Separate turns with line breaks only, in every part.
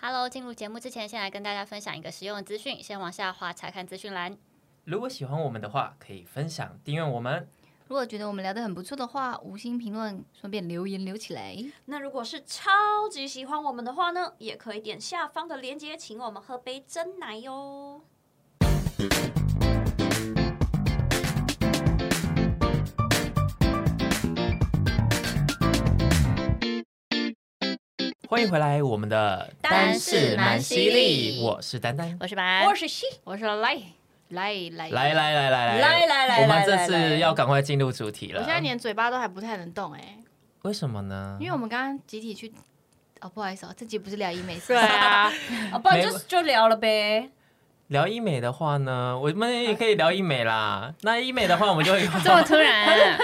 Hello，进入节目之前，先来跟大家分享一个实用的资讯，先往下滑查看资讯栏。
如果喜欢我们的话，可以分享、订阅我们。
如果觉得我们聊得很不错的话，五星评论，顺便留言留起来。
那如果是超级喜欢我们的话呢，也可以点下方的链接，请我们喝杯真奶哟。
欢迎回来，我们的
丹是蛮
犀利
我是丹丹。
我是白，
我是西，
我是赖。
来来
来，来来来
来来来
我们这
来来来
次要赶快进入主题
我
了。
现在连嘴巴都还不太能动哎、
为什么呢？
因为我们刚刚集体去，哦，不好意思哦，这集不是聊医美，是
对
吧，
啊，
啊，不然
没
就就聊了呗。
聊医美的话呢，我们也可以聊医美啦。那医美的话，我们就会
这么突然啊、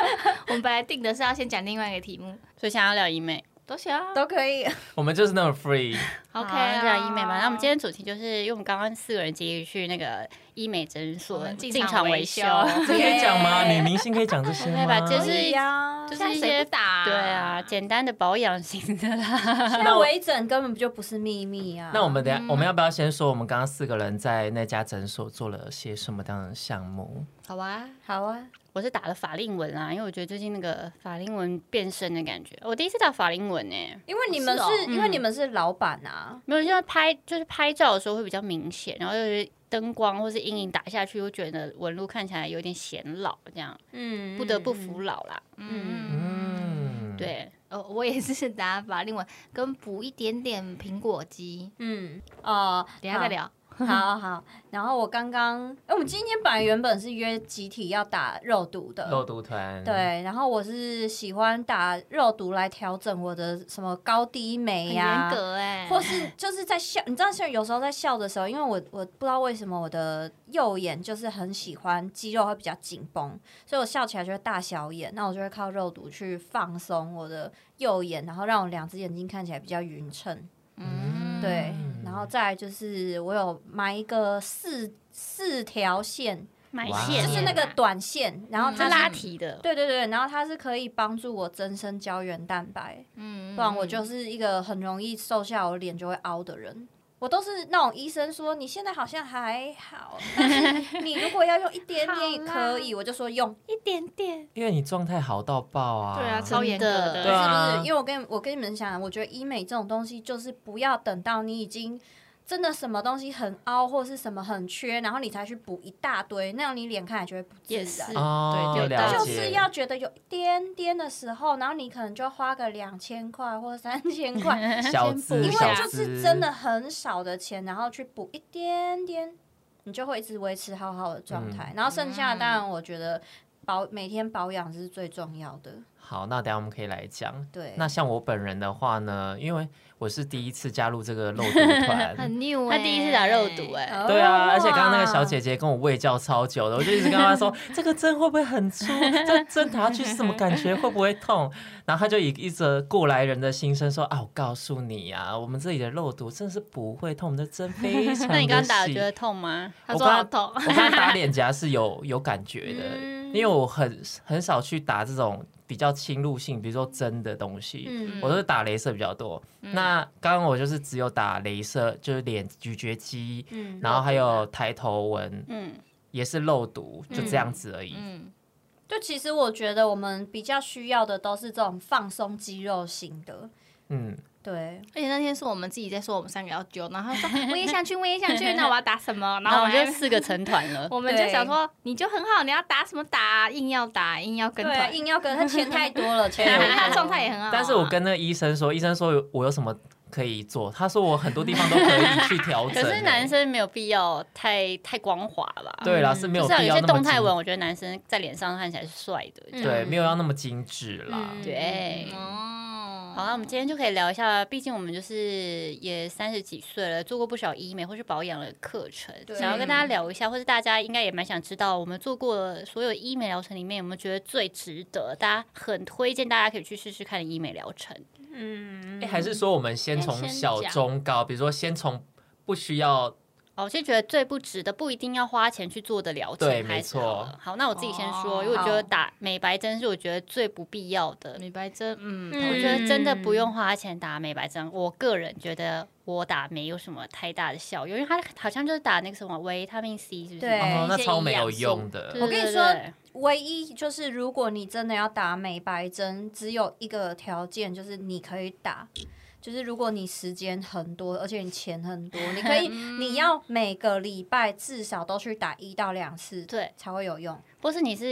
我们本来定的是要先讲另外一个题目，
所以想要聊医美
都行啊
都可以，
我们就是那么 free。
，OK，
好
啊
就聊医美嘛。那我们今天主题就是，因为我们刚刚四个人集体去那个医美诊
我
所
们进
哦场
场
维
维
修
修，
这可以讲吗？
耶
女明星可以讲这些
可以
吗
把？这
可
些
以哎呀、
就
就
是是
一
一
些
些打，
对啊，，简单的保养型的 啦。
那微整根本就不是秘密啊。
那我们等下、
嗯
我们要不要先说我们刚刚四个人在那家诊所做了些什么样的项目？
好啊，
好啊，
我是打了法令纹啊，因为我觉得最近那个法令纹变身的感觉，我第一次打法令纹呢、欸
因为你们是、
是哦
因为你们是老板啊，
没有，因为拍就是拍照的时候会比较明显，然后就是灯光或是阴影打下去，又觉得纹路看起来有点显老，这样
嗯，
不得不服老啦。嗯，
嗯，
嗯，，
对，
哦，我也是打法令纹，跟补一点点苹果肌，
嗯，哦、
等一下再聊。
好。好好，然后我刚刚，哎、我们今天本来原本是约集体要打肉毒的，
肉毒团，，
对，然后我是喜欢打肉毒来调整我的什么高低
很
眉呀、
严格哎、
或是就是在笑，你知道，像有时候在笑的时候，因为我我不知道为什么我的右眼就是很喜欢肌肉会比较紧绷，所以我笑起来就会大小眼，那我就会靠肉毒去放松我的右眼，然后让我两只眼睛看起来比较匀称。
嗯，
对，然后再来就是我有买一个四四条线，
买
哇
线
就是那个短线，然后
嗯
是
它是
拉提的，
对对对，然后它是可以帮助我增生胶原蛋白，
嗯，嗯
不然我
嗯
就是一个很容易瘦下我脸就会凹的人。我都是那种医生说你现在好像还好，但是你如果要用一点点也可以，我就说用，
一点点。
因为你状态好到爆啊，
对啊，
真
超严格
的
的，
对啊
是不是？因为我跟我跟你们讲，我觉得医美这种东西就是不要等到你已经真的什么东西很凹或是什么很缺，然后你才去补一大堆，那样你脸看起来就会不自
也
然。
是
哦，
对对
了解，
就是要觉得有一点点的时候，然后你可能就花个两千块或三千 块，
小
因
资，
因
为
小
为就
资
是真的很少的钱，然后去补一点点，你就会一直维持好好的
嗯
状态。然后剩
嗯
下的当然，我觉得保每天保养是最重要的。
好，那等一下我们可以来讲。
对，
那像我本人的话呢，因为我是第一次加入这个肉毒团。
很 new 哎、
他第一次打肉毒哎、
哦
对啊，而且刚刚那个小姐姐跟我喂教超久的，我就一直跟她说 这个针会不会很粗，这针打下去是什么感觉，会不会痛？然后她就以一则过来人的心声说啊，我告诉你啊，我们这里的肉毒真的是不会痛，我们的针非常 的
那你刚刚打
细
觉得痛吗？
他
我
说
刚
好痛，
我刚刚打脸颊是有有感觉的，
嗯
因为我很很少去打这种比较侵入性，比如说针的东西，
嗯
我都是打镭射比较多。
嗯
那刚刚我就是只有打镭射，就是脸咀嚼肌，
嗯
然后还有抬头纹，
嗯，
也是肉毒，就这样子而已。
嗯，
就其实我觉得我们比较需要的都是这种放松肌肉型的。
嗯，
对，
而且那天是我们自己在说我们三个要揪，然后他说我也想去，我也想去，那我要打什 么？然
然后
后我
我们
们
就
就
四个成团 了。
我们就想说你就很好，你要打什么打，硬要打，硬要跟
对啊，
团，
硬要跟他钱太多 了，钱
然后
太多
他的状态也很好啊、
但是
哦
我跟那个医生说，医生说我有什么可以做，他说我很多地方都可以去调整、欸
可是男。生没有必要太太光滑吧？
对啦，是没有
就是
必
有
要
些
那么
动态
精
纹，我嗯觉得男生在脸上看起来是帅的。这样
对，没有要那么精致啦。
嗯
对，
哦，
好了，我们今天就可以聊一下，毕竟我们就是也三十几岁了，做过不少医美或是保养的课程，
对
想要跟大
嗯
家聊一下，或是大家应该也蛮想知道，我们做过的所有医美疗程里面，有没有觉得最值得，大家很推荐大家可以去试试看的医美疗程？
嗯
哎、还是说我们先从
嗯先
小
讲
中高，比如说先从不需要
哦，我是觉得最不值得，不一定要花钱去做的疗程
对
开
没
始
错
好了。好，那我自己先说，
哦
因为我觉得
好
打美白针是我觉得最不必要的，
美白针，嗯，
我觉得真的不用花钱打美白针，我个人觉得我打没有什么太大的效用，因为它好像就是打那个什么维他命 C，是不是？
对
哦，那
一些
超没
营养
有
素
用的哦
对
我跟你
对
说
对
唯一就是，如果你真的要打美白针，只有一个条件，就是你可以打。就是如果你时间很多，而且你钱很多，你可 以，
嗯
你要每个礼拜至少都去打一到两次，
对，
才会有用。
或是你是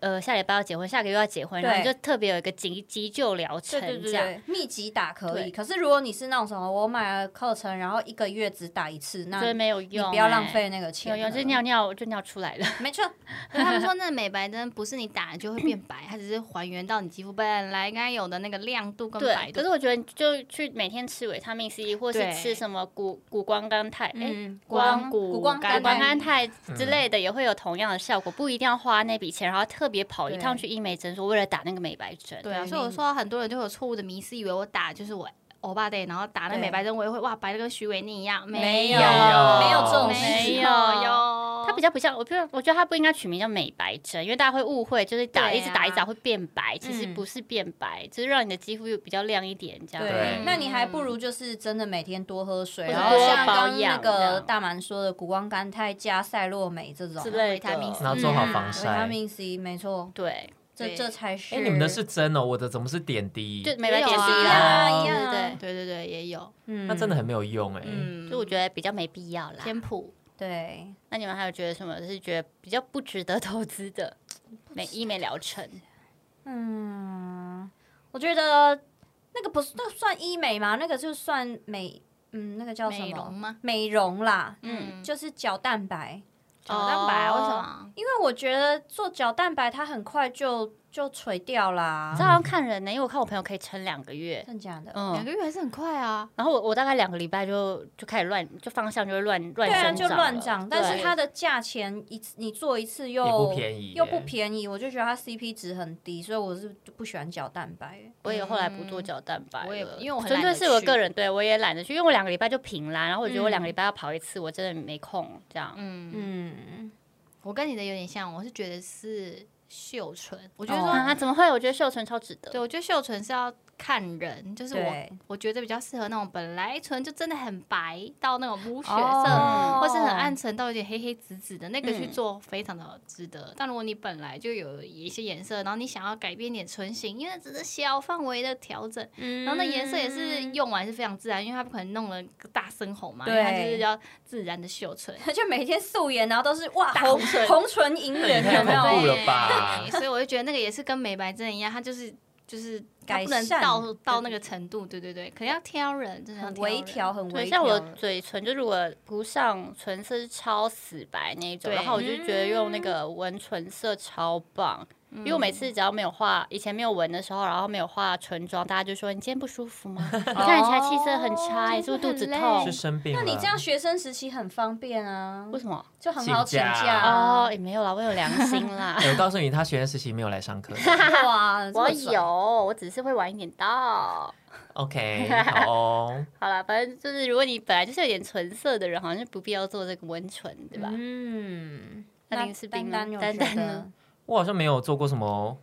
呃下礼拜要结婚，下个月要结婚，
对
然后你就特别有一个急急救疗程这样。
对，密集打可
对
以。可是如果你是那种什么，我买了课程，然后一个月只打一次，那
所以没有
你
用、
不要浪
欸。
费那个钱
有
了。
用，就是尿尿就尿出来了。
没错，
可是他们说那美白针不是你打了就会变白，它只是还原到你肌肤本来该有的那个亮度跟白
对，可
度
是。我觉得你就去每天吃维他命 C，或是
对
吃什么谷谷胱甘肽，哎、
嗯，
光
谷
谷
胱甘
感官
肽
安泰之类的也会有同样的效果，不一定要花那笔钱，然后特别跑一趟去医美诊所，为了打那个美白针。
对啊，
对
所以我
你
说很多人就有错误的迷思，以为我打就是我欧巴 day，然后打那
对
美白针我也会哇白的跟徐维宁一样，
没
有
有没有这种事
没
没
有
有
哟，
它比较不像，我觉得我觉得它不应该取名叫美白针，因为大家会误会，就是打、
对啊
一直打一直打会变白，其实
嗯
不是变白，只是让你的肌肤又比较亮一点这样。
对
对，那你还不如就是真的每天多喝水，
或者
然后
多
像
保
刚刚那
养这
个
样
大蛮说的谷胱甘肽加赛洛美这种啊
之类
维他命
的
C
然后做好
嗯
防
维他
晒。
命 C，没错，
对，
这
对
这才是。
哎，你们的是针哦，我的怎么是点滴？
就美白
有
点
啊
滴
一样
啦，
啊一
对
样啊
对
对对对，也有，
嗯
哦那真的很没有用哎。
嗯，
就我觉得比较没必要啦。
偏普
对，
那你们还有觉得什么是觉得比较不值得投资的美医美疗程？
嗯，我觉得那个不是那算医美吗？那个就算美，嗯，那个叫什
美容
么？
吗？
美容啦，
嗯，
就是角蛋白，
角蛋白啊
哦
为什么？
因为我觉得做角蛋白它很快就就垂掉啦
啊
这，好像看人呢、因为我看我朋友可以撑两个月，
真假的？
两
嗯，
个月还是很快啊，
然后我我大概两个礼拜就就开始乱，就方向就会乱乱
对啊，
生
就
了
乱涨，但是
对
它的价钱一次你做一次又
也不便宜耶
又不便宜，我就觉得它 CP 值很低，所以我是不喜欢角蛋白。
我也后来不做角蛋白了、
嗯我也因为我很
纯
懒
粹
得
是我
去
个人，对我也懒得去，因为我两个礼拜就平啦，然后我觉得我两个礼拜要跑一次，我真的没空这样。
嗯
嗯，
我跟你的有点像，我是觉得是秀唇，我觉得
哦
说，
啊，怎么会？我觉得秀唇超值得。
对我觉得秀唇是要看人，就是我
对，
我觉得比较适合那种本来唇就真的很白到那种无血色，
哦
或是很暗沉到有点黑黑紫紫的那个去
嗯
做，非常的值得。但如果你本来就有一些颜色，然后你想要改变点唇型，因为只是小范围的调整，嗯然
然
后那颜色也是
嗯
用完是非常自然，因为它不可能弄了个大深红嘛，因
对
为它就是要自然的秀唇。
就每天素颜，然后都是哇
大
红
红唇
红唇银
那也
人，
太
有没
恐怖
有？
了吧
对所以我就觉得那个也是跟美白针一样，它就是就是它
改
不能
善
到到那个程度，对对对，可能要挑人，真的要
很
挑
微
人
调，。很微
对，
调
像我
啊
了。
嗯
嘴唇，就如果不上唇色是超死白那一种，
对
然后我就觉得用那个纹唇色超棒。因为我每次只要没有画，以前没有纹的时候，然后没有画唇妆，大家就说你今天不舒服吗？你看起来气色很差，你是不是肚子
哦
痛
是？生病
那
了？
你这样学生时期很方便啊
为，什么？
就很好请
请假
假
哦，
啊。
也没有啦，我有良心啦。
哎，我告诉你，他学生时期没有来上课的。
哇，这
我
么爽
有，我只是会晚一点到。
OK，好哦。
好啦，反正就是如果你本来就是有点唇色的人，好像就不必要做这个温唇，对吧？
嗯，
那
那
林思斌呢
丹丹有
丹
觉
丹
得
呢
我好像没有做过什么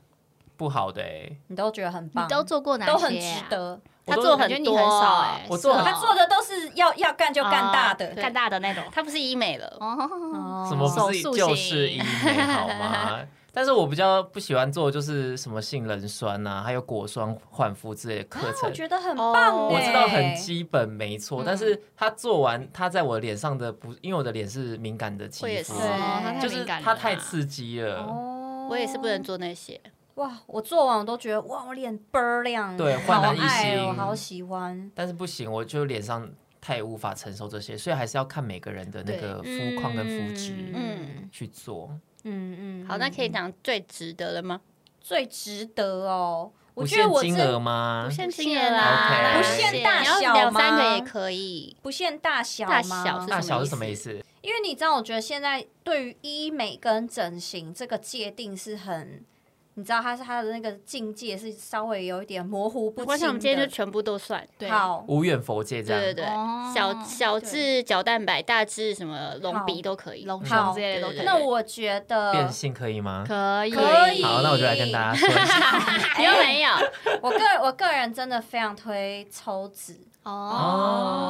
不好的哎，
你都觉得很棒，
你都做过哪些、啊
都很值。得。
他
我都
做
感觉
很
你
多，
很少哎、
我做
是哦
很
他做的都是要要干就干大的
哦，干大的那种。
他不是医美了。 嗯
哦，
哦
什么
手
不是
术
就是医
型
美好吗？但是我比较不喜欢做的就是什么杏仁酸啊，还有果霜焕肤之类的课
我
程。
觉得很棒、
哦
欸，
我知道很基本没错，但是他做完，他在我脸上的不，因为我的脸是敏感的肌
我也是
肤，
对
他
就
太
是
敏感了，
它太。刺激了。
哦
我也是不能做那些，
哇！我做完我都觉得哇，我脸倍儿亮，
对焕
好
然一
爱
新
哦，好喜欢。
但是不行，我就脸上太无法承受这些，所以还是要看每个人的那个肤况跟肤质
嗯
去做。
嗯嗯，
好，那可以讲最值得了吗？
最值得哦。我
不
觉得
限
我
金
这
额吗？
限
金额
啦 OK
不限大
你要
小
两
吗
三个也可以。
不限大小
大
吗
小是
大小是什
什
么
么
意
意
思？
因为你知道，我觉得现在对于医美跟整形这个界定是很，你知道它是它的那个境界是稍微有一点模糊
没
不清的。
关系，我们今天就全部都算。
对，
好，
无远佛界这样。
对对对，
哦
小小至角蛋白，大至什么隆鼻都可以。
嗯
隆
好
胸之类的都可
对
以。
那我觉
变
得
性可以吗？
可以，
可以
好，那我就来跟大家说一下。
有没有？
我个我个人真的非常推抽脂，
哦
哦，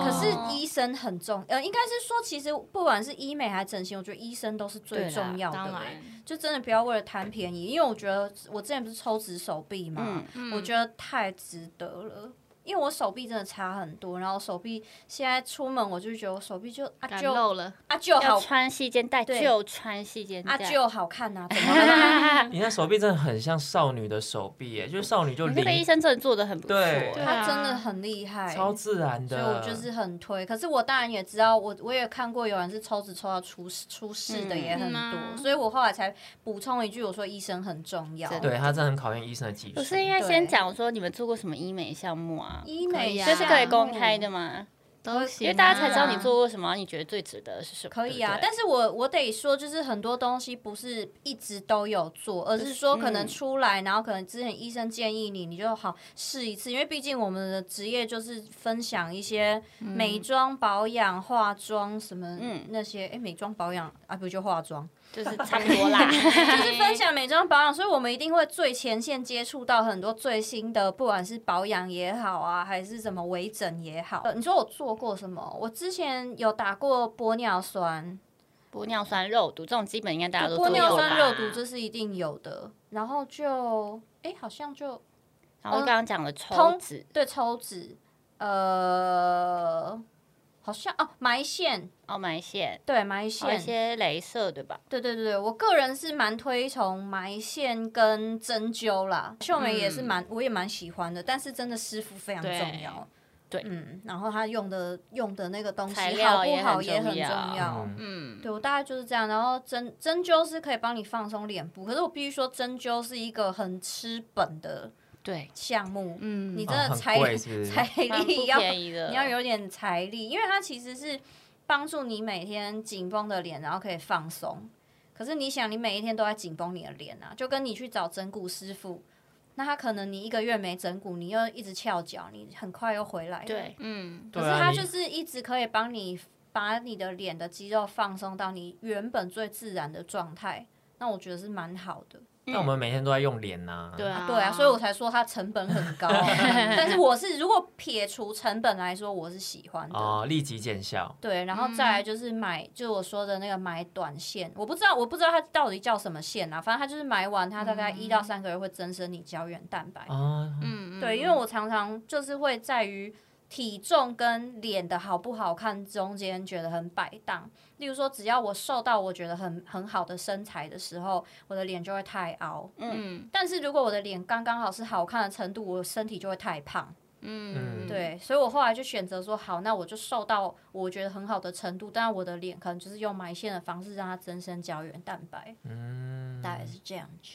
可是医生很重，呃，应该是说，其实不管是医美还是整形，我觉得医生都是最
对啦
重要的、
当
欸
然。，
就真的不要为了贪便宜，因为我觉得我之前不是抽脂手臂嘛，
嗯，
嗯
我觉得太值得了。因为我手臂真的差很多，然后手臂现在出门我就觉得我手臂就啊
感
就
漏了，
啊就
要
好
穿细肩带
对
就穿细肩带，
啊 就好看呐、啊，怎 么了吗
你那手臂真的很像少女的手臂耶，就是少女就
你这个医
零，
生真的做的很不错
对
欸，
对啊
他真的很厉害，
超自然
所以我
的。
就是很推。可是我当然也知道，我我也看过有人是抽脂抽到出事出事的
嗯
也很
嗯
多，
啊
所以我后来才补充一句，我说医生很重要。
真的
对他真的很考验医生的技术。
不是应该先
对
讲说你们做过什么医美项目啊？
医
可
美
以啊
这是可以公开
的，
的吗？
都
因
行啊，
为大家才知道你做过什么，然后你觉得最值得的是什么？
可以啊
对。不对
但是我我得说，就是很多东西不是一直都有做，而是说可能
嗯
出来，然后可能之前医生建议你，你就好试一次，因为毕竟我们的职业就是分享一些美妆、保养、化妆什么
嗯
那些，哎，美妆保养啊，不就化妆？
就是差不 多啦。
就是分享美妆保养，所以我们一定会最前线接触到很多最新的，不管是保养也好啊，还是什么微整也好。呃你说我做过什么？我之前有打过玻尿酸，
玻尿酸肉毒这种基本应该大家都做过
玻
吧？
尿酸肉毒这是一定有的。然后就，哎、好像就
然后刚刚讲的抽
嗯通
脂
对抽脂，呃，好像哦埋线，
哦，埋线，
对埋
还有一
线，
些镭射对吧？
对对对对，我个人是蛮推崇埋线跟针灸啦，秀眉也是蛮、我也蛮喜欢的，但是真的师傅非常
对
重要。
嗯对
嗯，然后他用的用的那个东西
材料
好不好
也
也
很
很
重
重
要
要。
嗯，
嗯，
对我大概就是这样，然后针针灸是可以帮你放松脸部，可是我必须说针灸是一个很吃本的
对，
项目，
嗯
你
哦
真的
很
财、
贵是不是
财
蛮不
力要
便宜的。
你要有点财力，因为它其实是帮助你每天紧绷的脸，然后可以放松。可是你想，你每一天都在紧绷你的脸啊，就跟你去找整骨师傅，那他可能你一个月没整骨，你又一直翘脚，你很快又回来了。
对，
嗯，
可
对
是
啊，
他
你
就是一直可以帮你把你的脸的肌肉放松到你原本最自然的状态，那我觉得是蛮好的。
但我们每天都在用脸呐。
对啊，
对啊，所以我才说它成本很高，啊 但是我是如果撇除成本来说，我是喜
啊
欢的。
哦，立即见效。
对，然后再来就是买，就是我说的那个买短线，我不知道，我不知道它到底叫什么线啊，反正它就是买完，它大概一到三个月会增生你胶原蛋白。
哦，
嗯，嗯
对，因为我常常就是会在于体重跟脸的好不好看中间觉得很摆荡。例如说，只要我瘦到我觉得很很好的身材的时候，我的脸就会太凹；
嗯
但是如果我的脸刚刚好是好看的程度，我身体就会太胖。
嗯，
对，所以我后来就选择说，好，那我就瘦到我觉得很好的程度，但我的脸可能就是用埋线的方式让它增生胶原蛋白，
嗯，
大概是这样子。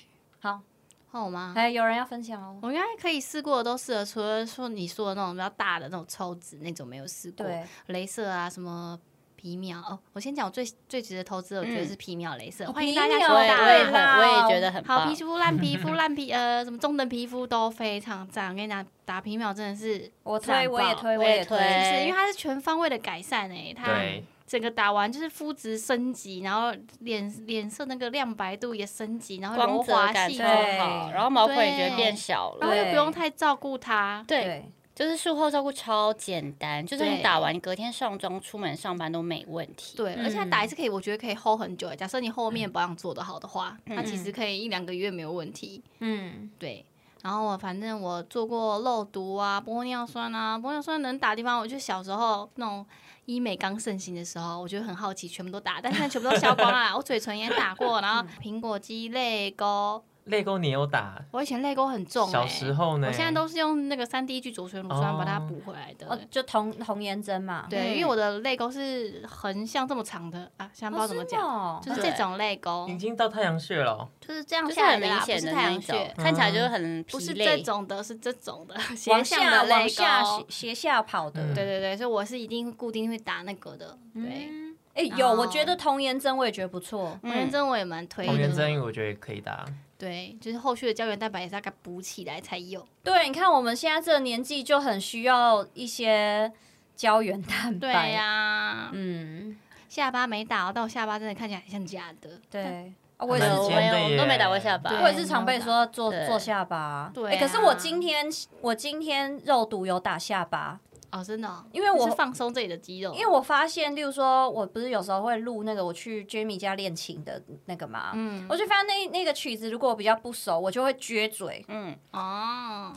换我吗？
还有人要分享哦吗？
我应该可以试过的都试了，除了说你说的那种比较大的那种抽脂那种没有试过，
对，
镭射啊什么。皮秒哦，我先讲我最最值得投资的，我觉得是皮秒镭射，
哦
欢迎大家
皮秒
去
我也
打
我也
对
很
啦
我也觉得很
好皮
棒。
肤、烂皮肤、烂皮呃，什么中等皮肤都非常赞。我跟你讲，打皮秒真的是
我
赞
推，我也
爆
推，
我
我
也
也推。
推
是因为它是全方位的改善诶、它
对，
整个打完就是肤质升级，然后脸脸色那个亮白度也升级，然后
光
柔
泽
滑
感
细
超
腻，
对
好，然后毛孔也觉得
对
变小了
然后。又
对
不用太照顾它。
对，
对，
就是术后照顾超简单，就是你
对
打完隔天上妆、出门上班都没问题。
对，而且它
嗯
打一次可以，我觉得可以 hold 很久欸。假设你后面保养做得好的话，它其
嗯
实可以一两个月没有问题。
嗯，
对，然后我反正我做过肉毒啊、玻尿酸啊，玻尿酸能打的地方，我就小时候那种医美刚盛行的时候，我就很好奇，全部都打，但现在全部都消光 啦。我嘴唇也打过，然后苹果肌、泪沟，
泪沟你有打？
我以前泪沟很重、欸，
小时候呢？
我现在都是用那个三 D 聚左旋乳酸把它
哦
补回来的。
哦，就童童颜针嘛。
对，因为
嗯
我的泪沟是横向这么长的啊，现在不知道
哦，
怎么
真的
讲，
哦
就是这种泪沟，
已经到太阳穴了。
就是这样
就是
下来
很
的
明
啦，不
显
是
的
太
那
阳
一种
穴，，
看起来就是很疲
不是
累
这种的，是这种 的斜
往
向
下
的泪
往下
沟
斜。斜下跑的。
嗯
对对对，所以我是一定固定会打那个的。对，
嗯，哎，有，我
哦
觉得童颜针我也觉得不错。
红颜针我也蛮推
红颜
的。
针我觉得也可以打。
对，就是后续的胶原蛋白也是要给它补起来才有。
对，你看我们现在这个年纪就很需要一些胶原蛋
对
白。
呀、
嗯，
下巴没打，但我下巴真的看起来很像假的。
对，啊
我
我
也
也
对
是
是
蛮
我
尖的
没有都没
耶
打过下巴。
对
我也是常被说做
对
做下巴，
对
欸可是
啊
我今天我今天肉毒有打下巴，
哦，真的哦、
因为我
是放松自己的肌肉，
因为我发现，例如说，我不是有时候会录那个我去 Jamie 家练琴的那个嘛，
嗯
我就发现那那个曲子如果我比较不熟，我就会撅嘴。
嗯，
哦，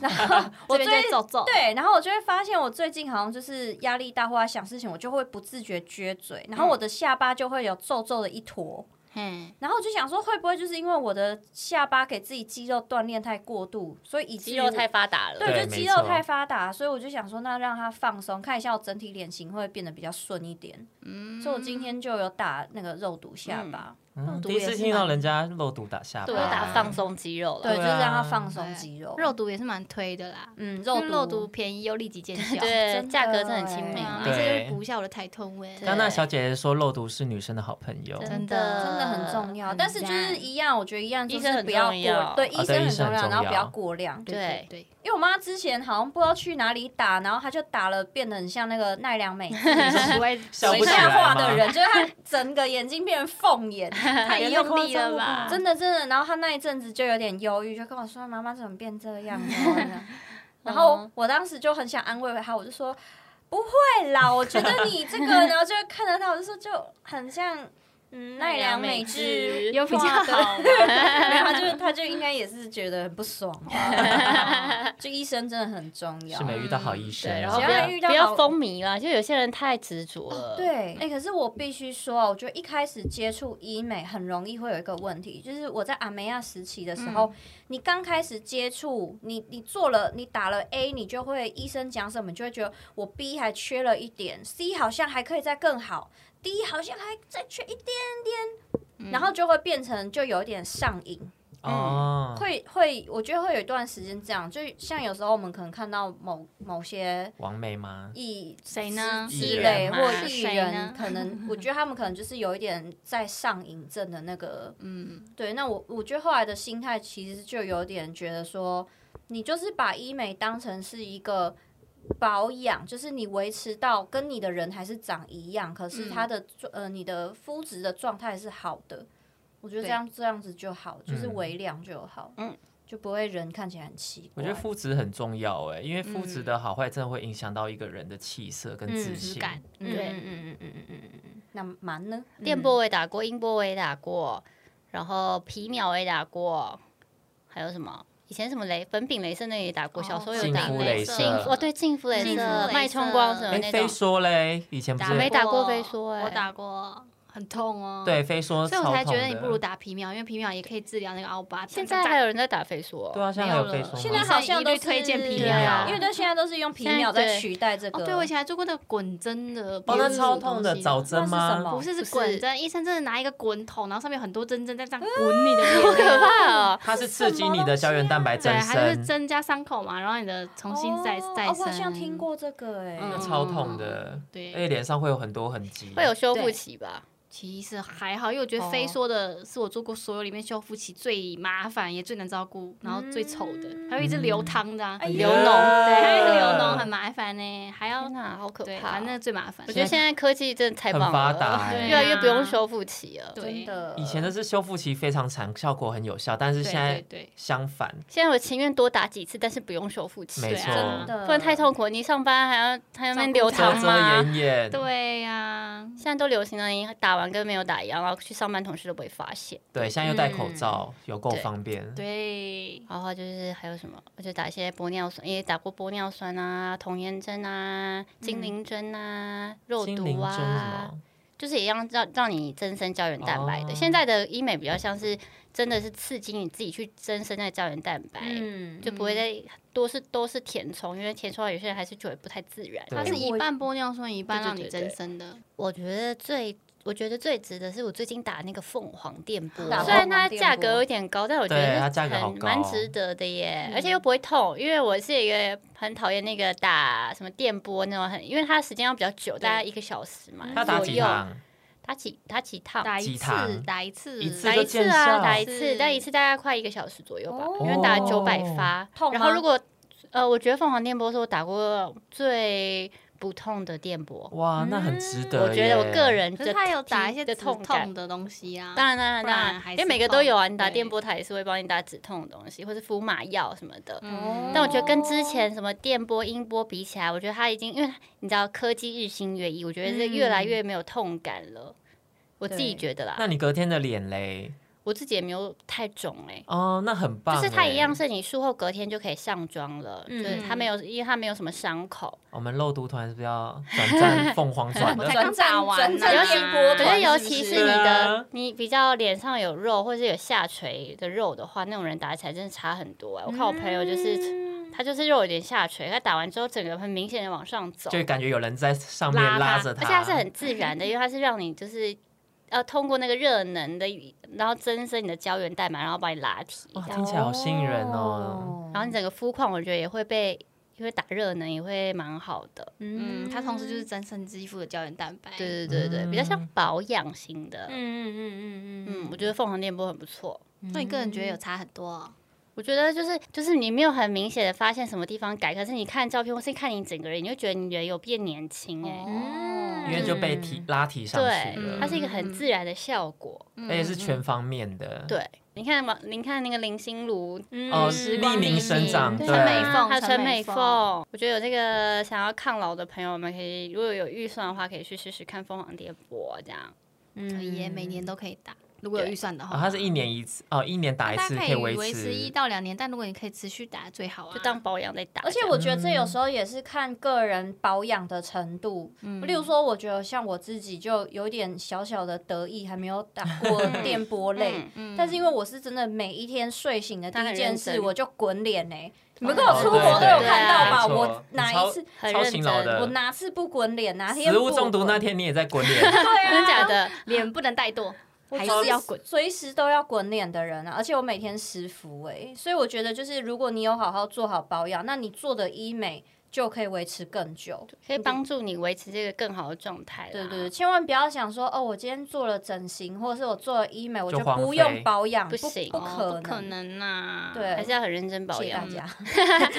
我
这
最
边在走走，
对，然后我就会发现，我最近好像就是压力大或者想事情，我就会不自觉撅嘴，
嗯
然后我的下巴就会有皱皱的一坨。
嘿，
然后我就想说，会不会就是因为我的下巴给自己肌肉锻炼太过度，所以以至
肌
于
肉太发达了。
对，
对
就
没
肌肉
错
太发达，所以我就想说，那让它放松，看一下我整体脸型会不会变得比较顺一点。
嗯，
所以我今天就有打那个肉毒下巴，
嗯，
毒
第一
也
次
是
听到
蛮
人家肉毒打下巴，
对，我打放松肌肉了。
对，
啊
就是让它放
对
松肌肉。
肉毒也是蛮推的啦，
嗯，
因
肉
为
毒
肉毒便宜又立即见效，
对，
真的
价格真的很亲民
对啊，
嘛。
每次
对
就补一下我的抬头纹，
刚刚那小姐姐说肉毒是女生的好朋友，
真
的
的
真的很重要，
很
但是就是
赞
一样，我觉得一样就
医生
是
很
不要
重要
过，对，
啊
对
医生
医
很
生
重
很
要，
重
然后
要
不要过量。
对对
因为我妈之前好像不知道去哪里打，然后她就打了，变得很像那个奈良美 智
对，不会
笑不
水
起来
下画
吗
的人，就是她整个眼睛变成凤 眼，
太用力了吧？
真的真的。然后她那一阵子就有点忧郁，就跟我说：“妈妈怎么变这样？”啊 然后我当时就很想安慰她，我就说：“不会啦，我觉得你 这个，然后就看得到，我就说就很像。”嗯，奈良美智
有比较
画的 没有，他就他就应该也是觉得很不爽 吧，就医生真的很重要
是。没遇到好医
嗯
生，
嗯
啊
对，然后
只
不
要
要
遇到
不要
好
风靡啦，就有些人太执着了。
对，哎、可是我必须说啊，我觉得一开始接触医美很容易会有一个问题，就是我在阿梅亚时期的时候，你刚开始接触，你你做了，你打了 A，你就会医生讲什么，你就会觉得我 B 还缺了一点，C 好像还可以再更好，D 好像还再缺一点
嗯
点，然后就会变成就有一点上瘾。
哦，
嗯
会会，我觉得会有一段时间这样，就像有时候我们可能看到某某些
王美吗？
艺
谁呢
之
艺
之类
人
或
嘛
艺
谁
人，
呢
可能我觉得他们可能就是有一点在上瘾症的那个，
嗯，
对。那我我觉得后来的心态其实就有点觉得说，你就是把医美当成是一个。保养就是你维持到跟你的人还是长一样，可是
嗯
他的、呃你的肤质的状态是好的，我觉得这
对
样这样子就好，就是
嗯
微量就好，
嗯
嗯，就不会人看起来很奇
我
怪。
觉得肤质很重要哎，因为肤质的好坏真的会影响到一个人的气色跟自
嗯
嗯质
信。
感，
嗯
对
嗯嗯嗯嗯嗯嗯嗯嗯，那蛮呢？
电波我也打过，音波我也打过，然后皮秒我也打过，还有什么？以前什么雷粉饼、镭射那个也打过，
哦
小时候有
净
打
肤
过。净
镭
镭
射
肤哦，对，净肤镭
净肤
射、
镭
脉冲光
射
什么
哎，
那
飞
种，
说嘞，以前不
打没
是
打过飞梭欸
我打过，很痛哦，，
对飞说
哎所以
超
我
痛
才
的，
觉得你不如打皮秒，因为皮秒也可以治疗那个凹疤。
现在还有人在打飞哦梭。
对啊，现在还
没有
有飞
了
说吗，
现在好像都
医生一律推荐皮
是
秒
因为都现在都是用皮
现在
秒在
对
取代这个。
哦，对我以前还做过那个滚针的，
哦，那超痛
痛
的，早针
那是什
吗？
么
不是
不
是
是
滚针，医生真的拿一个滚筒，然后上面有很多针针在
嗯
这样滚你的 脸，
啊
好
可怕哦！
它是刺激你的胶原蛋白
对，
增
它就是
生，
增加伤口嘛，然后你的重新再
哦
再
哦
生。
我好像听，过这个哎、
嗯
那超痛的，
对
而且脸上会有很多痕迹，
会有修复
对
期吧？
其实还好，因为我觉得
哦
飞梭的是我做过所有里面修复期最麻烦，也最难照顾，然后最丑的，还有一直流
嗯
汤的啊，
哎
流
呀
脓
对，还有一直流脓很麻烦呢，还要
天哪，好可
对，
怕哦
反！正最麻烦
我。觉得现在科技真的太
很
棒
发达
了，
欸。
对
越来越不用
啊
修复期了。
对
真的。
以前的是修复期非常长，效果很有效，但是
对
现在
对对，
相反，
现在我情愿多打几次，但是不用修复期，
没
对
错，
啊
的
不然太
呃
痛苦了。你上班还要还要那边
照
流
顾
汤
遮遮
吗？
掩掩，
对呀，
现在都流行了，你打完跟没有打一样，然后去上班同事都不会发现。
对，现在又戴口罩，有够方便。
对，
然后就是还有什么，我就打一些玻尿酸，哎也打过玻尿酸啊、童颜针啊、精灵针啊、肉
精灵
毒
针什
啊，
么？
就是也让让让你增生胶原蛋白的。
哦
现在的医美比较像是真的是刺激你自己去增生那胶原蛋白，
欸
嗯，
就不会再多是都是填充，因为填充有些人还是觉得不太自然。
对
它是一
我
半玻尿酸，一半
对对
让你
对
增
对
生的。
我觉得最我觉得最值的是我最近打那个凤凰电波，
打
虽
凤
然
凰
它
电
价
波
格有点高，但我觉
对
得
它价格好
很蛮
高
值得的耶，
嗯
而且又不会痛，因为我是一个很讨厌那个打什么电波那种很，因为它时间要比较久，大概一个小时嘛
他打
左
几
右，
趟？
打几打几趟。
打
鸡
一次，
汤
打一次，
一次
打
就
一次
见
啊，
效
打一次，
是
但一次大概快一个小时左右吧，因为
哦
打九百发
痛。
然后
吗
如果呃，我觉得凤凰电波是我打过最不痛的电波。
哇，那很值得耶。
嗯我觉得我个人
可
的
是他有打一些
的
止
痛
痛
感，
的东西啊，
当然当然
不
当
然
然，
还
因
是
为每个都有啊，
痛
你打
对
电波它也是会帮你打止痛的东西，或是敷麻药什么的。
嗯，
但我觉得跟之前什么电波、音波比起来，我觉得它已经因为它你知道科技日新月异，我觉得是越
嗯
来越没有痛感了。我自己
对
觉得啦，
那你隔天的脸嘞？
我自己也没有太肿哎、
哦，那很棒。欸
就是它一样，是你术后隔天就可以上妆了，
嗯
就是它没有，因为它没有什么伤口。
我们肉毒团是不是要转 战凤凰转
我才
的？
刚打完呢，
转
战
电波
可
团
是
是
尤
不
其
是
是你
对
的
啊
你比较脸上有肉或是有下垂的肉的话，那种人打起来真的差很多哎、我看我朋友
嗯
就是。他就是肉有点下垂，他打完之后整个很明显的往上走，
就感觉有人在上面
拉
拉
它
着
而且它是很自然的，因为它是让你就是要通过那个热能的，然后增生你的胶原蛋白，然后把你拉提，
哇，
这样
听起来好吸引人哦。
然后你整个肤况我觉得也会被，因为打热能也会蛮好的。
嗯，它同时就是增生肌肤的胶原蛋白，
对对对对，比较
嗯
像保养型的。嗯
嗯嗯嗯嗯
我觉得凤凰电波很不错。
所以你个人觉得有差很多哦，
我觉得就是就是你没有很明显的发现什么地方改，可是你看照片或是看你整个人，你就觉得你人有变年轻哎、
哦
嗯
因为就被提拉提上去
嗯对，它
了，
是一个很自然的效果。
而且是全方面的。，
对，你看嘛，你看那个林心如，
哦，
时
利
光
民
黎
生
明
长，
对
对，
陈美凤
还有
陈
陈
美
嗯美
凤
凤，我觉得有这个想要抗老的朋友们，可以如果有预算的话，可以去试试看凤凰电波这样。
嗯
可以耶，每年都可以打，如果有预算的
哦
话，
它是一年一次，哦，一年打一
大
次
家可
以
以维持一
持。
到两年，但如果你可以持续打最好啊，
就当保养在打这
而
样。
且我觉得这有时候也是看个人保养的程度，
嗯
例如说，我觉得像我自己就有点小小的得意，还没有打 过电
嗯
波类，
嗯
嗯
但是因为我是真的每一天睡醒的第
他
一
很
件
认
事，
真
我就滚脸呢。你们
哦
跟我出
对
国都有
对
看到吧？
没错
我哪
超
一次
很
超
认
勤劳
真
的，
我哪次不滚脸，啊哪天
食物
不
中毒
滚
那天你也在 滚脸，
对
真的
啊，
假的？
脸不能怠惰，
我
还
就是
要滚。
随时都要滚脸的人啊，而且我每天十服哎、所以我觉得就是如果你有好好做好保养，那你做的医美就可以维持更久。
啊
可以帮助你维持这个更好的状态啦。
对对对，千万不要想说哦，我今天做了整形，或者是我做了医美，我
就
就
荒
不
废
用保养，
不
不
行
不
哦
可
不可能啊呐、
对
还是要很认真保
谢谢大
养。
家，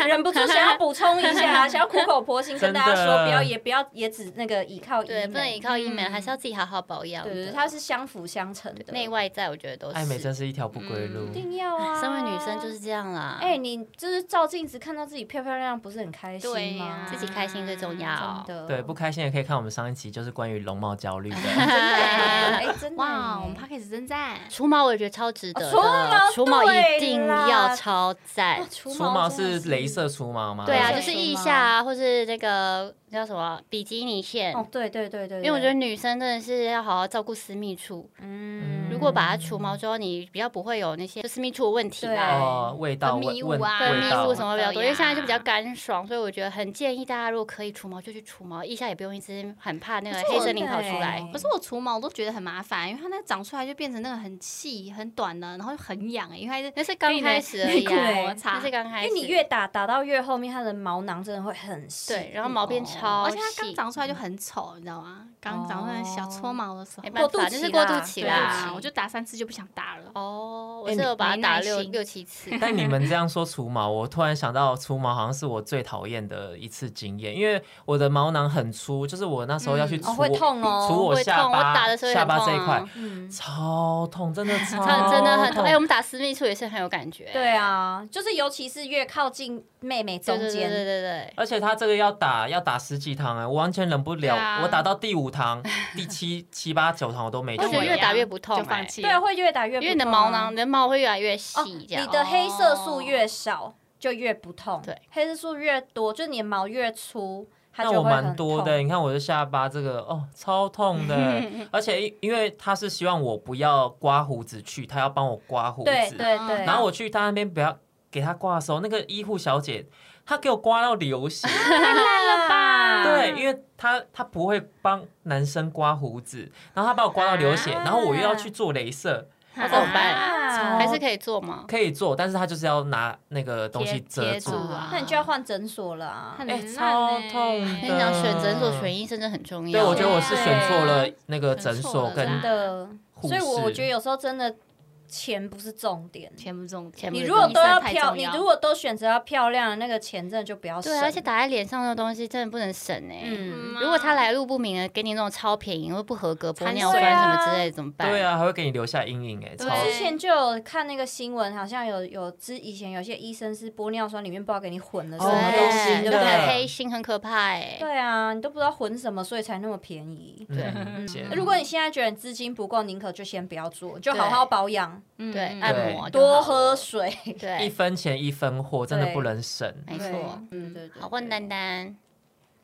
嗯
忍不住想要补充一 下，想要苦口婆心跟大家
真
说，
的
不要也不要也只那个依靠医
对，不能
美
依，靠医美，
嗯
还是要自己好好保养的。
对对对，它是相辅相成的，
内外在，我觉得都是。
哎爱美真是一条不归
嗯
路
一。定要啊。
身为女生就是这样啦。
哎、你就是照镜子看到自己漂漂亮亮，不是很开
对
心吗
呀？
自己开心最重要。
嗯真的
对，不开心也可以看我们上一集，就是关于容貌焦虑
真
的。
的哎、哎真的
哇，
哎
我们 p a c k a g 真赞，
除毛我也觉得超值得的，
哦除
除
毛
毛
对
一定
啦
要超赞。
哇哎除
除毛
真的
是镭射除毛吗？
对啊，
对
就是
除
腋
毛
下啊，或是那个那叫什么比基尼线，
哦，对对对对
因为我觉得女生真的是要好好照顾私密处。
嗯
如果把它除毛之后，你比较不会有那些就私密处的问题
对
啦。
哦，味道
分
问
泌
问
物啊
分
味
泌
道
物什么比较多，因为现在就比较
对呀
干爽，所以我觉得很建议大家，如果可以除毛就去除毛，腋下也不用一直很怕那个
可是
黑
我
森林跑出
对
来。
可是我除毛我都觉得很麻烦，因为它那长出来就变成那个很细、很短的，然后又很痒、欸，因为它是
那是刚开始而
内
已
裤
啊，
摩
那
擦
是，刚开
因
始。
为你越打打到越后面，它的毛囊真的会很细。
对，然后毛
哦
变超
而
细嗯哦
且，它刚长出来就很丑，你知道吗？刚长出来小搓毛的时候
没，办
过渡
法，
期
就是过渡
啦
期
对
啦
啊，。我就打三次就不想打了。
哦，我
哎
是
你
有把它
没
打
耐
六
心
六七 次。
但你们这样说除毛，我突然想到除毛好像是我最讨厌的一次经验，因为我的毛囊很粗，就是我那时候要去除
哦，
我、
会痛哦，
除我
会
下
痛我
巴
打的时候也
下
很
巴
痛
这一块
啊、
嗯，
超痛，真的超
真 真的很
痛。
痛。哎，我们打私密处也是很有感觉。
哦对啊，就是尤其是越靠近妹妹
对，
中
对对对
间，
对对。
而且他这个要打要打十几堂哎、我完全忍不了，
对啊
我打到第五堂、第七、七八九堂我都没
我
去
觉得
跟我
越
一
打
样
越不痛
就
哎
放弃
对啊，
了。
会越打越不痛啊。
因为你的毛囊、你的毛会越来越
哦，
细，这样。哦
你的黑色素越少就越不痛，
对，
黑色素越多，就你的毛越粗，它
那
就
我
会
蛮
很
多
痛
的，。你看我的下巴这个哦，超痛的，而且因因为他是希望我不要刮胡子去，他要帮我刮胡子，
对对
啊
对，
然后我去他那边不要给他刮的时候，那个医护小姐她给我刮到流血，
太烂了 吧？
对，因为她她不会帮男生刮胡子，然后她把我刮到流血，
啊
然后我又要去做镭射，
那怎么办？
嗯
啊
还是可以做吗？
可以做，但是她就是要拿那个 东西
贴
遮
贴
住
住。啊？
那你就要换诊所 了啊！
很
哎
烂
超
欸
痛
跟
的
哎你讲，选诊所、选啊医生真的很重要。
嗯对，我觉得我是
对啊
选错了那个
选
诊
错
所
了
跟
啦
真的，
护
所以我我觉得
士。
有时候真的钱不是重点。
全部中
钱不
你
是
如果
重
都要
太
漂，
重
你
要
如果都选择要漂亮，那个钱真的就不要省。
对啊，而且打在脸上的东西真的不能省哎、
嗯，
如果他来路不明的，给你那种超便宜或不合格、玻
残
尿
碎
酸什
啊
么之类的，怎么办？
对啊，还会给你留下阴影哎，超
之
对
前就有看那个新闻，好像有有之以前有些医生是玻尿酸里面不知道给你混了什
对，
哦
么
都
东
是
西，
新的
对
对
不对？
黑心很可怕哎、
对啊，你都不知道混什么，所以才那么便宜。
对
嗯
如果你现在觉得你资金不够，宁可就先不要做，就好好保养，
嗯
对
嗯
按
对
摩就好
多
了
喝水。
一
对，
分钱一分货，真的不能省。
没
对
错，
嗯对
嗯
对，对
好问丹丹，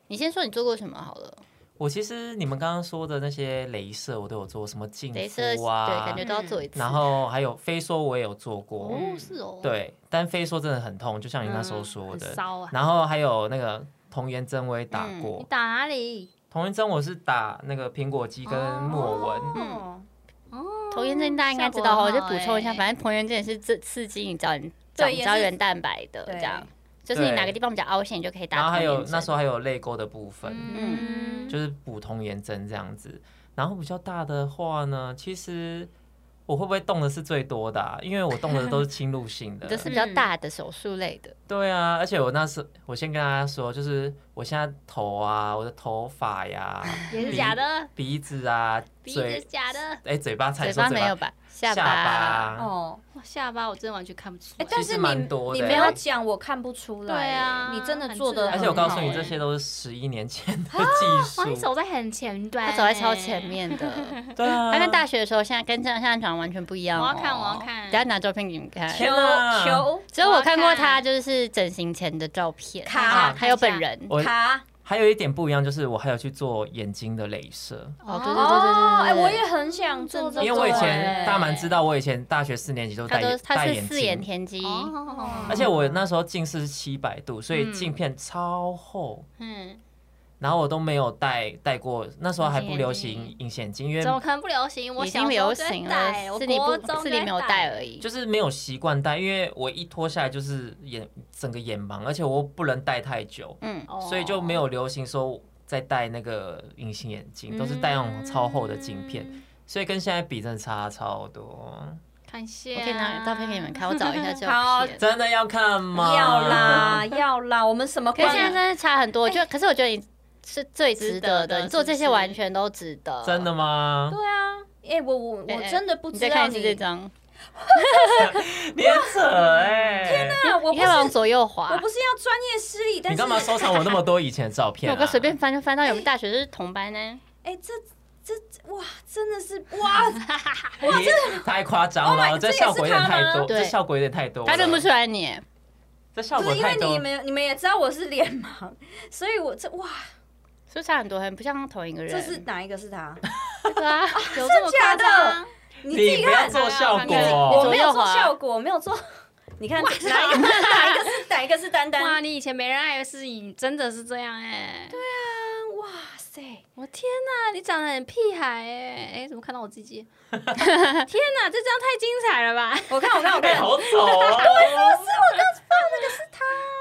你先说你做过什么好了，
我其实你们刚刚说的那些镭射，我都有做，什么净
镭射
肤
对，
啊
感，觉都啊要做一次，
然后还有飞梭我也有做过，
嗯
哦是哦，，
对，但飞梭真的很痛，就像你那时候说
很
的。
骚啊，
然后还有那个童颜针我也打
嗯
过
你，打哪里？
童颜针我是打那个苹果肌跟
哦
莫纹，
嗯，
童颜针大家应该知道哈，我就补充一下，反正童颜针也是这刺激你胶原长
对也是
胶原蛋白的，
对
这样就是你哪个地方比较凹陷，你就可以
然后
打
还
童
有
颜针。
那时候还有泪沟的部分，
嗯，
就是补童颜针这样子。然后比较大的话呢，其实我会不会动的是最多的啊、因为我动的都是侵入性的
这。是比较大的手术类的，
对啊，而且我那时我先跟大家说，就是我现在头啊，我的头发 呀、
也是假的，
鼻子啊、
鼻子
嘴
是，假的，
哎、嘴巴才
嗯嘴
说
巴
嘴
没有
巴，
吧？下
巴
巴，
哦，
哇，下巴我真的完全看不出
啊
哎
来，，
但
啊其实
是你
蛮多的
你
欸
没有讲，我看不出来。
对啊
你真的做的，
很
而
自
且我
然
告诉
很
欸
你，
好
这些都是十一年前的
啊
技
哇，你
术。
走在很前端，
他走在超前，哎面 的，
对啊，
他跟大学的时候，现在跟现在长完全不一样哦。
我要看我要看
等下拿照片给你们看。
天
求
哪
求
只有我
我要
看过
看
他就是整形前的照片，
卡
还有
看一
本
下
人。
我
卡
还有一点不一样，就是我还有去做眼睛的镭射，
哦，对对对对对
哦，
对，
哎，我也很想做
哦
这个，
因为我以
哎
前大蛮知道，我以前大学四年级都
他
戴
都
眼
他
戴
是四眼
眼镜，
田鸡，
哦，
而且我那时候近视是七百度，所以
嗯
镜片超厚，
嗯，
然后我都没有戴戴过，那时候还不流
隐形
行隐形眼镜，因
怎么
为
可能不流行？我
已
小
经
时候
流
就在
行
戴
了，
我
是你
国中
不是你
就
没
在
有戴而已。
就是没有习惯戴，因为我一脱下来就是眼整个眼盲，而且我不能戴太久，
嗯，
哦
所以就没有流行说再戴那个隐形眼镜，都是戴那种超厚的镜片，
嗯
所以跟现在比真的差超多。
看下，
我可以拿照片给你们看，我找一下照
好
片。
真的要看吗？
要啦要啦，我们什么
可是
观
现在真的差很多，我觉得，可是我觉得你是最值得
值
的，
得的
你做这
是
些
不是
完全都值得。
真的吗？
对啊，哎，我我
哎
我
哎
真的不
你
知
再
道
看一
你
次这张，
你很扯哎、
啊，我
你可
不
以
是
往左右滑
我。不是要专业失礼，但
你
是
干嘛收藏我那么多以前的照片、
我
啊？
哥随便翻就翻到有们大学是同班呢，
哎，这这这哇，真的是哇，
你太夸张了
Oh my-
这效果有点太多，
这也是他
这
吗
效果有点太多了，
他认不出来你。
这效
不
果
是因为
太
你
多。
们你们也知道我是脸盲，所以我这哇，
是不是差很多，很不像同一个人。
这是哪一个是他？
这个啊，
有这么夸
真假
张？
你自己
不要
看，
做效
你自己
果，
我没
左右
有做
滑
效果，我没有做。你看哪一个哪一个是哪一个是丹丹？
哇，你以前没人爱的事情真的是这样哎！对，
哇塞！
我天哪，你长得很屁孩哎！哎，怎么看到我 自己？天哪，这张太精彩了吧！
我看，我看，我看，
哎好丑哦！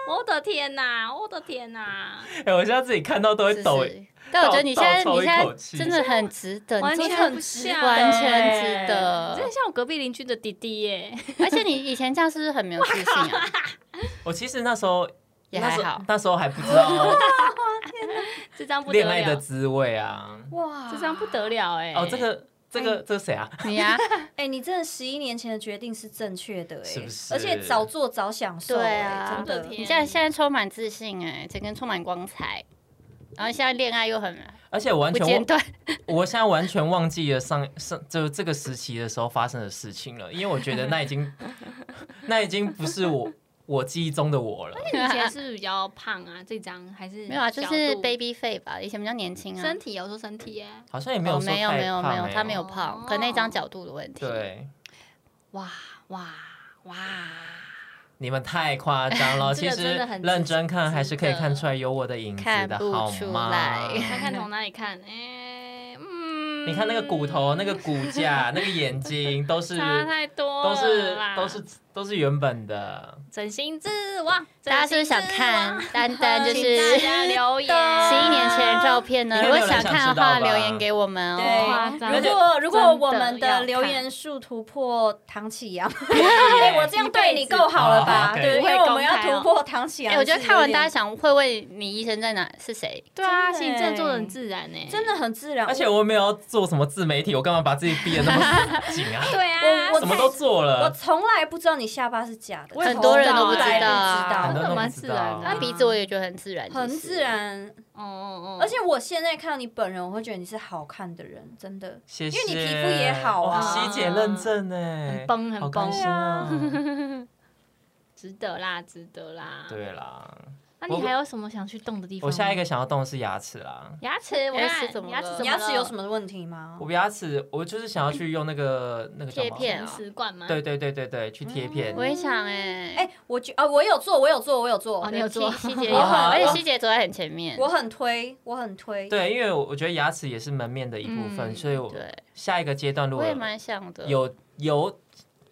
我的天哪，我的天哪，
哎，我现在自己看到都会
是
抖。
是但我觉得你现在
倒倒
你
抽一
现
口
在
气
真的很值得，
完
你真的
全不像，
完全值
欸
真的
得。
像我隔壁邻居的弟弟耶！
而且你以前这样是不是很没有自信啊？
我其实那时候
也
那
还
时候
好，
那时候还不知 道
这张不得
恋爱的
了，
滋味啊。
哇
这张不得了哎！
哦，这个这
哎
个这个谁啊？
你 啊，
哎、你真的十一年前的决定是正确的、哎，
是不是
而且早做早享受、
对
哎
啊
真的
我的。
你
天
现在现在充满自信哎，整个人充满光彩。然后现在恋爱又很
而且完
不
全
间
忘，
断，
我现在完全忘记了上上就这个时期的时候发生的事情了，因为我觉得那 已经那已经不是我我记忆中的我了。
那你以前是不是比较胖啊？这张还是
没有啊，就
角
是
度
baby 费吧，以前比较年轻啊。
身体，有时候身体耶，
好像也没
哦，
有说
没有
太
没有
胖
没有，
欸
他没有胖，可能那张角度的问题。，
对，
哇哇哇！
你们太夸张了。
这
其
个
实
真的很
认
值
真看还是可以
值得
看出来有我的影子
看
的，
不
好
出
吗
来？
看看从哪里看？哎、嗯，
你看那个骨头、那个骨架、那个眼睛，都是
差太多
都
了
是
啦
都是都是原本的。
整形之王，
大家是不是想看丹丹 就是
大家留言
十一年前的照片呢？
应该
如果
没有人
想
想
看的
知道
话，
吧
留言给我们
对
哦。
夸张
如果如果我们
真的要
的
看
留言数突破唐 启阳，哎，我这样对你够好了吧？
哦，OK
对，因为我们要
不会公开哦
突破唐启阳
哎，
是
我
有
觉
点。
得看完大家想会问你医生在哪是谁？
对啊，
真
行
的
政做的很
欸
自然呢，
真的很自 然，
而且我没有做什么自媒体，我干嘛把自己逼得那么紧啊？
对啊，
我我
什么都做
我
了，
从来不知道你下巴是假的，
我也很多人
都不
从来
知道
啊
很
知
多
道
人都
蛮
不
自
知
然的
那
啊
道。
鼻子我也觉得很自然，
很
其实
自。然。
嗯
哦哦哦，
而且我现在看到你本人，我会觉得你是好看的人，真的。
谢谢，
因为你皮肤也好啊
哇希姐认证哎，
很崩很
好开
崩
心啊！
值得啦，值得啦。，
对啦，
那你
我
还有什么想去动的地方吗？
我下一个想要动的是牙齿啦。
牙齿，我看
牙齿怎么了
牙齿怎么
你哎牙
了
齿有什？么问题吗？
我牙齿，我就是想要去用那个那个叫什
贴
么？
片
甜
啊？
食罐吗？
对对对对对，去贴
嗯
片。
我也想哎。
哎、我觉啊，我有做，我有做，我有做，
哦你有做
希希姐有，
我好
而且希姐走在很前面。
我很推，我很推。，
对，因为我我觉得牙齿也是门面的一部分，
嗯
所以我
对，
下一个阶段如
我
果
也蛮想的。
有有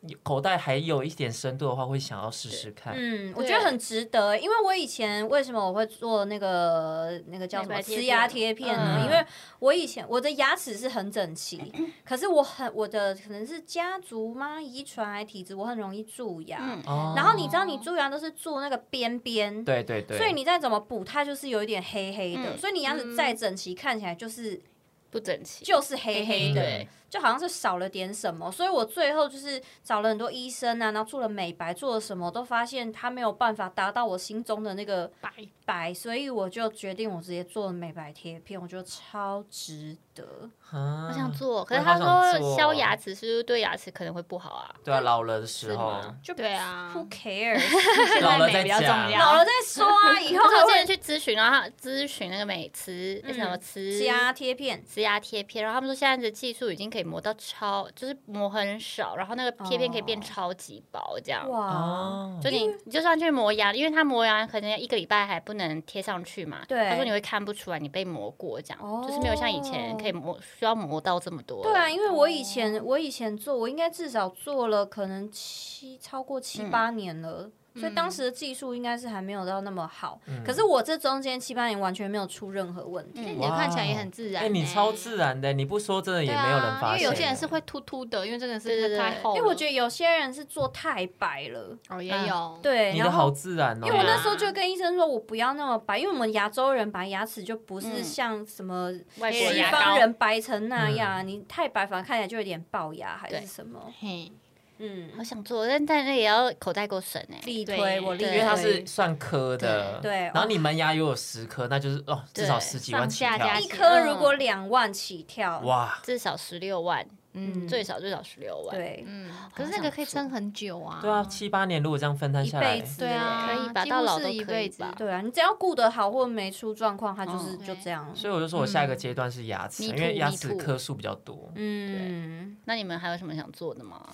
有口袋还有一点深度的话，会想要试试看。
嗯，我觉得很值得，因为我以前为什么我会做那个那个叫什
美
么
白贴
瓷
片
牙贴片呢？
嗯
因为我以前我的牙齿是很整齐，可是我很我的可能是家族吗？遗传还体质，我很容易蛀牙。
嗯，
哦
然后你知道，你蛀牙都是蛀那个边边，
对对对，
所以你再怎么补，它就是有一点黑黑的，
嗯
所以你牙齿再整齐，看起来就是
不整齐。
就是黑黑
嗯
的，
对
就好像是少了点什么。所以我最后就是找了很多医生啊，然后做了美白，做了什么，都发现它没有办法达到我心中的那个
白
白，所以我就决定我直接做美白贴片，我觉得超值得。
啊
我想做，可是
我
他
好想
说
做哦
削牙齿是不是对牙齿可能会不好
哦
啊？
对啊，老了的时
是
候，哦
吗就
对啊
Who cares？
现在
老了
美
再
比较重
讲
要。
老了再说啊，以后
就是
还
我之前
会
去咨询，然后他咨询那个美瓷
嗯
什么瓷
加贴片。
瓷牙贴片，然后他们说现在的技术已经可以磨到超，就是磨很少，然后那个贴片可以变
哦
超级薄这样。
哇，
哦
就你你就算去磨牙，因为它磨牙可能一个礼拜还不能贴上去嘛。
对
他说你会看不出来你被磨过这样，就是没有像以前可以磨需要磨到这么多。
对啊，，因为我以前我以前做，我应该至少做了可能七超过七
嗯
八年了。所以当
嗯
时的技术应该是还没有到那么好，
嗯
可是我这中间七八年完全没有出任何问题。
那
嗯
你的看起来也很自然
哎、
欸。
你超自然的，你不说真的也
对啊，
没有人发现。欸
因为有些人是会秃秃的，因为真的
对对
是
对
太
哦
厚了。
因为我觉得有些人是做太白了，
哦也
嗯
有，
对，
你
然
的
后
好自然哦，
因为我那
对啊
时候就跟医生说，我不要那么白，因为我们亚洲人白牙齿就不是
嗯
像什么
外国
黑
西
人牙
膏
方人白成那
嗯
样，你太白反而看起来就有点龅牙还
对
是什么，
嘿，
好
嗯，
想做，但但那也要口袋够深哎、
力
对
推我力
因
推，
因为它是算颗的，
对对
然后你门牙又有十颗，那就是哦，至少
对
十几万起
上下加
跳
一
起。
颗如果两万起跳，
哇，
至少十六万，
嗯，
最少最少十六万。，
对，
嗯，可是那个可以撑很久啊。
对啊，七八年如果这样分摊下
一
来
辈，子
对啊，
可以吧
几乎
到老
是
都
一
可以
辈子
吧
对啊，你只要顾得好或没出状况，它就是、
嗯
就这样。
所以我就说我下一个阶段是牙齿，
嗯
因
Me
为
too，
牙
me
齿
too
颗数比较多。
嗯，
那你们还有什么想做的吗？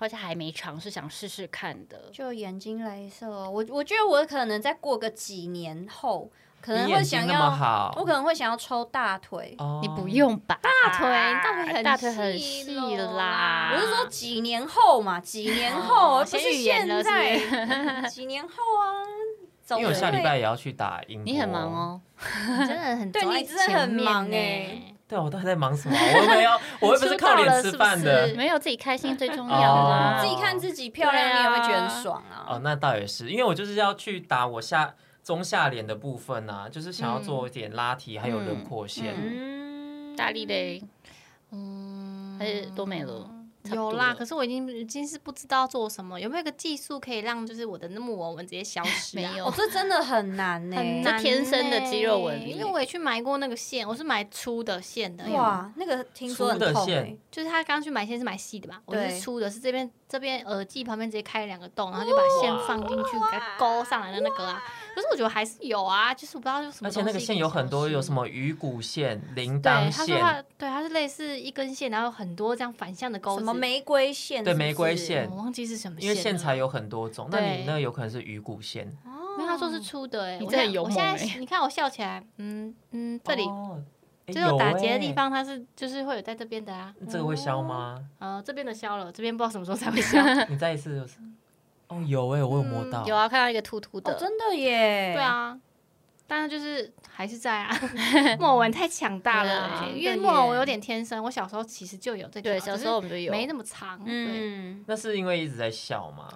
或者还没尝试想试试看的？
就眼睛镭射哦，我我觉得我可能再过个几年后，可能
你
会
眼睛
想
那么
要，
好，
我可能会想要抽大腿。
哦
你不。用吧？大
腿大腿很
大腿很
细
细
咯
啦。
我是
啊
说几年后嘛，几年
哦
后，而不
先
是
预言
现
了
在
是，
几年后 啊，总
因为我下礼
会
拜也要去打英，
你很忙。哦，
你真的 很
对
走在
你真的
前
很
面
忙
呢
欸
对啊，我到底在忙什么？我又没有，我又不是靠脸吃饭
出道了是不
的
是。
没有自己开心最重要啦。
哦
自己看自己漂亮，
对
你
啊
也会觉得很爽啊。
哦，那倒也是，因为我就是要去打我下中下脸的部分啊，就是想要做一点拉提，还有轮廓线。
嗯，
大力嘞，
嗯
还是都没了。差不
有
多
啦，
了
可是我已经已经是不知道做什么，有没有一个技术可以让就是我的那木纹纹直接消失、
没
啊？
有
哦，。这真的很难呢，
很难、欸，
天生的肌肉纹理
因为我也去买过那个线，我是买粗的线的，
哇，那个听说很
粗的
痛
线
哎。
就是他刚去买线是买细的吧，我
对
是粗的，是这边这边耳际旁边直接开两个洞，然后就把线放进去，给它勾上来的那个啊。可是我觉得还是有啊，就是我不知道有什么。
而且那个线有很多，有什？么鱼骨线、铃铛
对，他说
线，
他对，它是类似一根线，然后有很多这样反向的钩子。嗯
什么玫瑰线？
对
是不是
玫瑰线
我忘记是什么线了，
因为线材有很多种。那你
对
那个有可能是鱼骨线，
哦
没有，他说是粗的哎、欸，
你
我
真的
现在
有
我现在
猛欸
你看我笑起来，嗯嗯，这里、
哦诶
就是
有
打结的
欸
地方，它是就是会有在这边的啊，
这个会消吗？
呃，这边的消了，这边不知道什么时候才会消。
你再一次就是哦，有哎、我有摸
嗯
到，
有啊，看到一个秃秃
哦，
的，
真的耶！
对，啊，但是就是还是在 啊。莫文太强大了欸、
对啊
因为
真的
莫文我
耶
有点天生，我小时候其实就有这条，
对，
只
小时
是
候我们就有，
没那么长。对，
嗯，
那是因为一直在笑吗？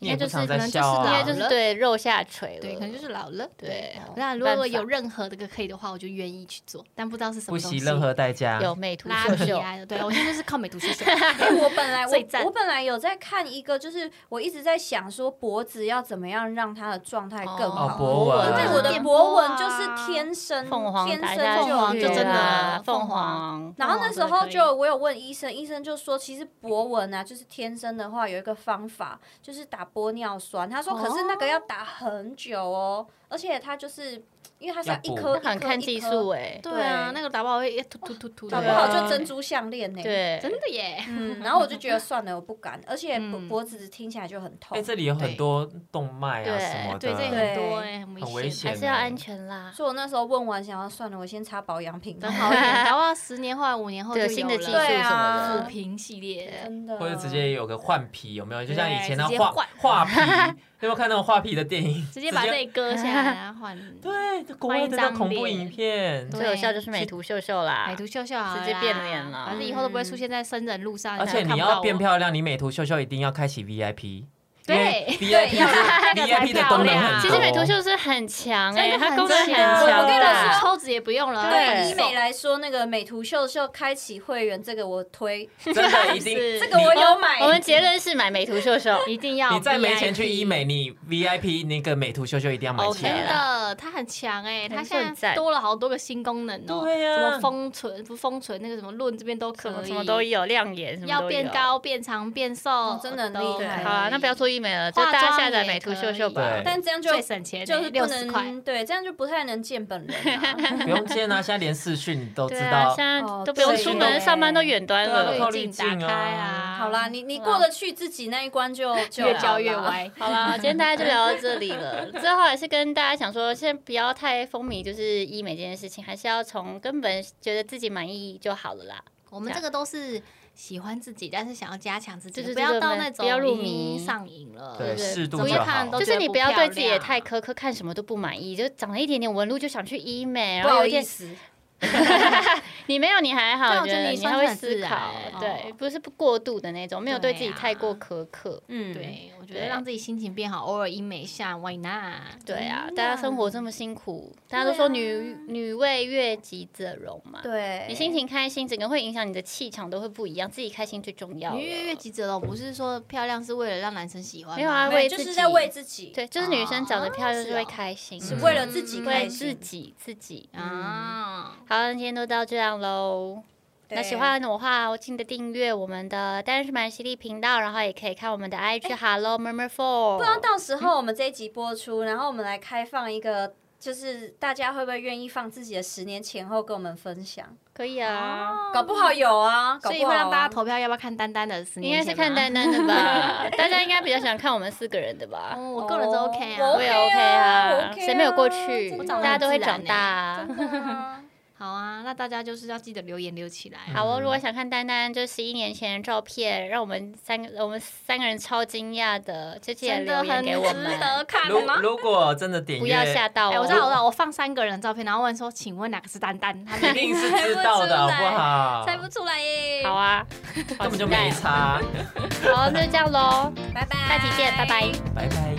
你
应该
也
就
不
是
常
可
在
能
笑
就是
应
啊
该
老，
就是
了
对肉下垂了，
对，可能就是老了。
对
对
哦，
那如
办
果
法
有任何这个可以的话，我就愿意去做，但不知道是什
不
么东
惜
西。
任何代价。
有美图
拉
秀
皮
秀，
啊 的，对我现在就是靠美图秀秀。
哎，我 本来我
最赞
我本来有在看一个，就是我一直在想说脖子要怎么样让它的状态更
哦，
好。
博文，
对
但我的
电
博
波
纹
啊
就是天生，
凤凰
天
打
生
下
就
去
凤凰
有啊
就真的
啦凤
凤
凰。
然后那
凤凰
时
真的
候
可以
就我有问医生，医生就说其实博文啊，就是天生的话有一个方法，就是打玻尿酸。他说可是那个
哦
要打很久哦，而且它就是因为它是要一
要补
颗
那很看技术
哎，
哎，
对啊，
对
那个打不好会突突突突
搞
的，
不好就珍珠项链呢。，
对，
真的耶。
嗯，然后我就觉得算了，我不敢，而且脖
嗯
脖子听起来就很痛
哎，。这里有很多动脉啊
对
什么的，
对，这也很
对
多哎，很
很
危
危
险。
还是要安全啦。
所以我那时候问完，想要算了，我先擦保养品吧
等。好一点，搞不好十年后、来五年后就
对，
有
新的技术
了
对
什
啊
么
抚
的，
平系列，
真的，
或者直接有个换皮，有没有？就像以前那
直接
画
换
画皮，有没有看那种画皮的电影？
直接把这里割下来，然后换
对国外的那恐怖影片，
最有效就是美图秀秀啦
啊美。图秀秀好了啦，
啊直接变脸了
反正以后都不会出现在生人路上，
而且
啊大家看
你
不到
要
我
变，漂亮，你美图秀秀一定要开启 VIP，
对
因为
对 要
，VIP 的 VIP 的功能很多。
其实美图秀秀很强哎，
真的
它
很
功能很
强啊
强啊
我跟你
大
说。
抽脂也不用了，
对
对
医美来说，那个美图秀秀开启会员，这个我推，
真的一定，
是
这个我有买。
我们结论是买美图秀 秀，
一定要
你再没钱
VIP
去医。美，你 VIP 那个美图秀秀一定要买起
真
来。
的，它很强哎、它
很
现在
赞
多了好多个新功能哦、
对啊呀
什么封存不封存，那个什么论这边都可
什
以，
么什么都有，亮眼什么
要
都
变
有。
高、变长、变瘦，
哦真的很
都
厉害
可以
好啊，那不要做医美了，就
化
大家
妆
下载
也
美图
可
秀秀
以
吧
对。
但这样就
最省钱、
就是不
六十块。
能对，这样就不太能见 本人、啊。
不用见啊，现在连视讯你都知
对
道
啊，现。在
哦
都不用
对
出门，上班都远端
对啊
了
都。靠
滤镜
滤
打
镜
开
啊
啊，
好啦，你你过得去自己那一 关就就
越
好
教越
啦。
歪。
好啦，今天大家就聊到这里了。最后还是跟大家想说，先不要太风靡，就是医美这件事情，还是要从根本觉得自己满意就好了啦。
我们这个都是喜欢自己，但是想要加强自己，
对对
不
对
要
对
到
对
那
不要入
种已
迷
经上瘾了。
对，
对
适度
怎么
就好
看。都
就
觉
是
得
你
不
不要
漂
对自己也
亮
太苛刻，看什么都不满意，就长了一点点纹路就想去医美，然
不
后
好
有
意
点
思，
你没有你还好，
但
我
我
觉
觉得
得
你
你
算
还
是
会
很
思
自然
考
欸，
对，不是不过度的那种，没有对
对
自己
啊
太过苛刻。
嗯，，
对，我觉得
对
让自己心情变好，偶尔医美一下，Why not？嗯
对啊，
真
大家
的
生活这么辛苦，大家都说女、女为悦己者容嘛。
啊对，
你心情开心，整个会影响你的气场都会不一样，自己开心最重要了。
因为越越急着了，不是说漂亮是为了让男生喜欢吗，
没有啊
没有
为
就
自
是
己
在为自己，
对，就是女生长得漂亮就是
啊
会开心，
是哦
为了自己
嗯
开
为
心。
自己自己。
啊，
好，那今天就到这样喽。
对
那喜欢我的话，记得订阅我们的单身蛮犀利频道，然后也可以看我们的 IG Hello Murmur Four。
哎不知道到时候我们这一集播出，然后我们来开放一个，就是大家会不会愿意放自己的十年前后跟我们分享？
可以啊，
搞不好有啊，搞
所以
不
会
好
让大家
啊
投票要不要看丹丹的十
应该
年
是
前
看
吗
丹丹的 吧？大家应该比较想看我们四个人的吧？
哦，我个人是 OK 啊，
哦
我也
OK
OK
啊我
啊，
OK
谁没有过
啊
去
真？的
大家都会
自然欸
长大啊。
啊。
好啊，那大家就是要记得留言留起
嗯
来啊。
好哦，如果想看丹丹就十一年前的照片，让我们三个我们三个人超惊讶的，就记得
真的
留言
很
给
值
我们，
得看啊
如
吗？
如果真的点
不要吓
阅，
到
哎、
哦。
我知道，我知道，我放三个人的照片，然后问说，请问哪个是丹丹？他
一
们
定是知道的好不好？
猜不出来耶。
好啊，
根本就没
好期
差。
待哦。好，那就这样喽，
拜拜，
下期见，拜拜。
拜拜。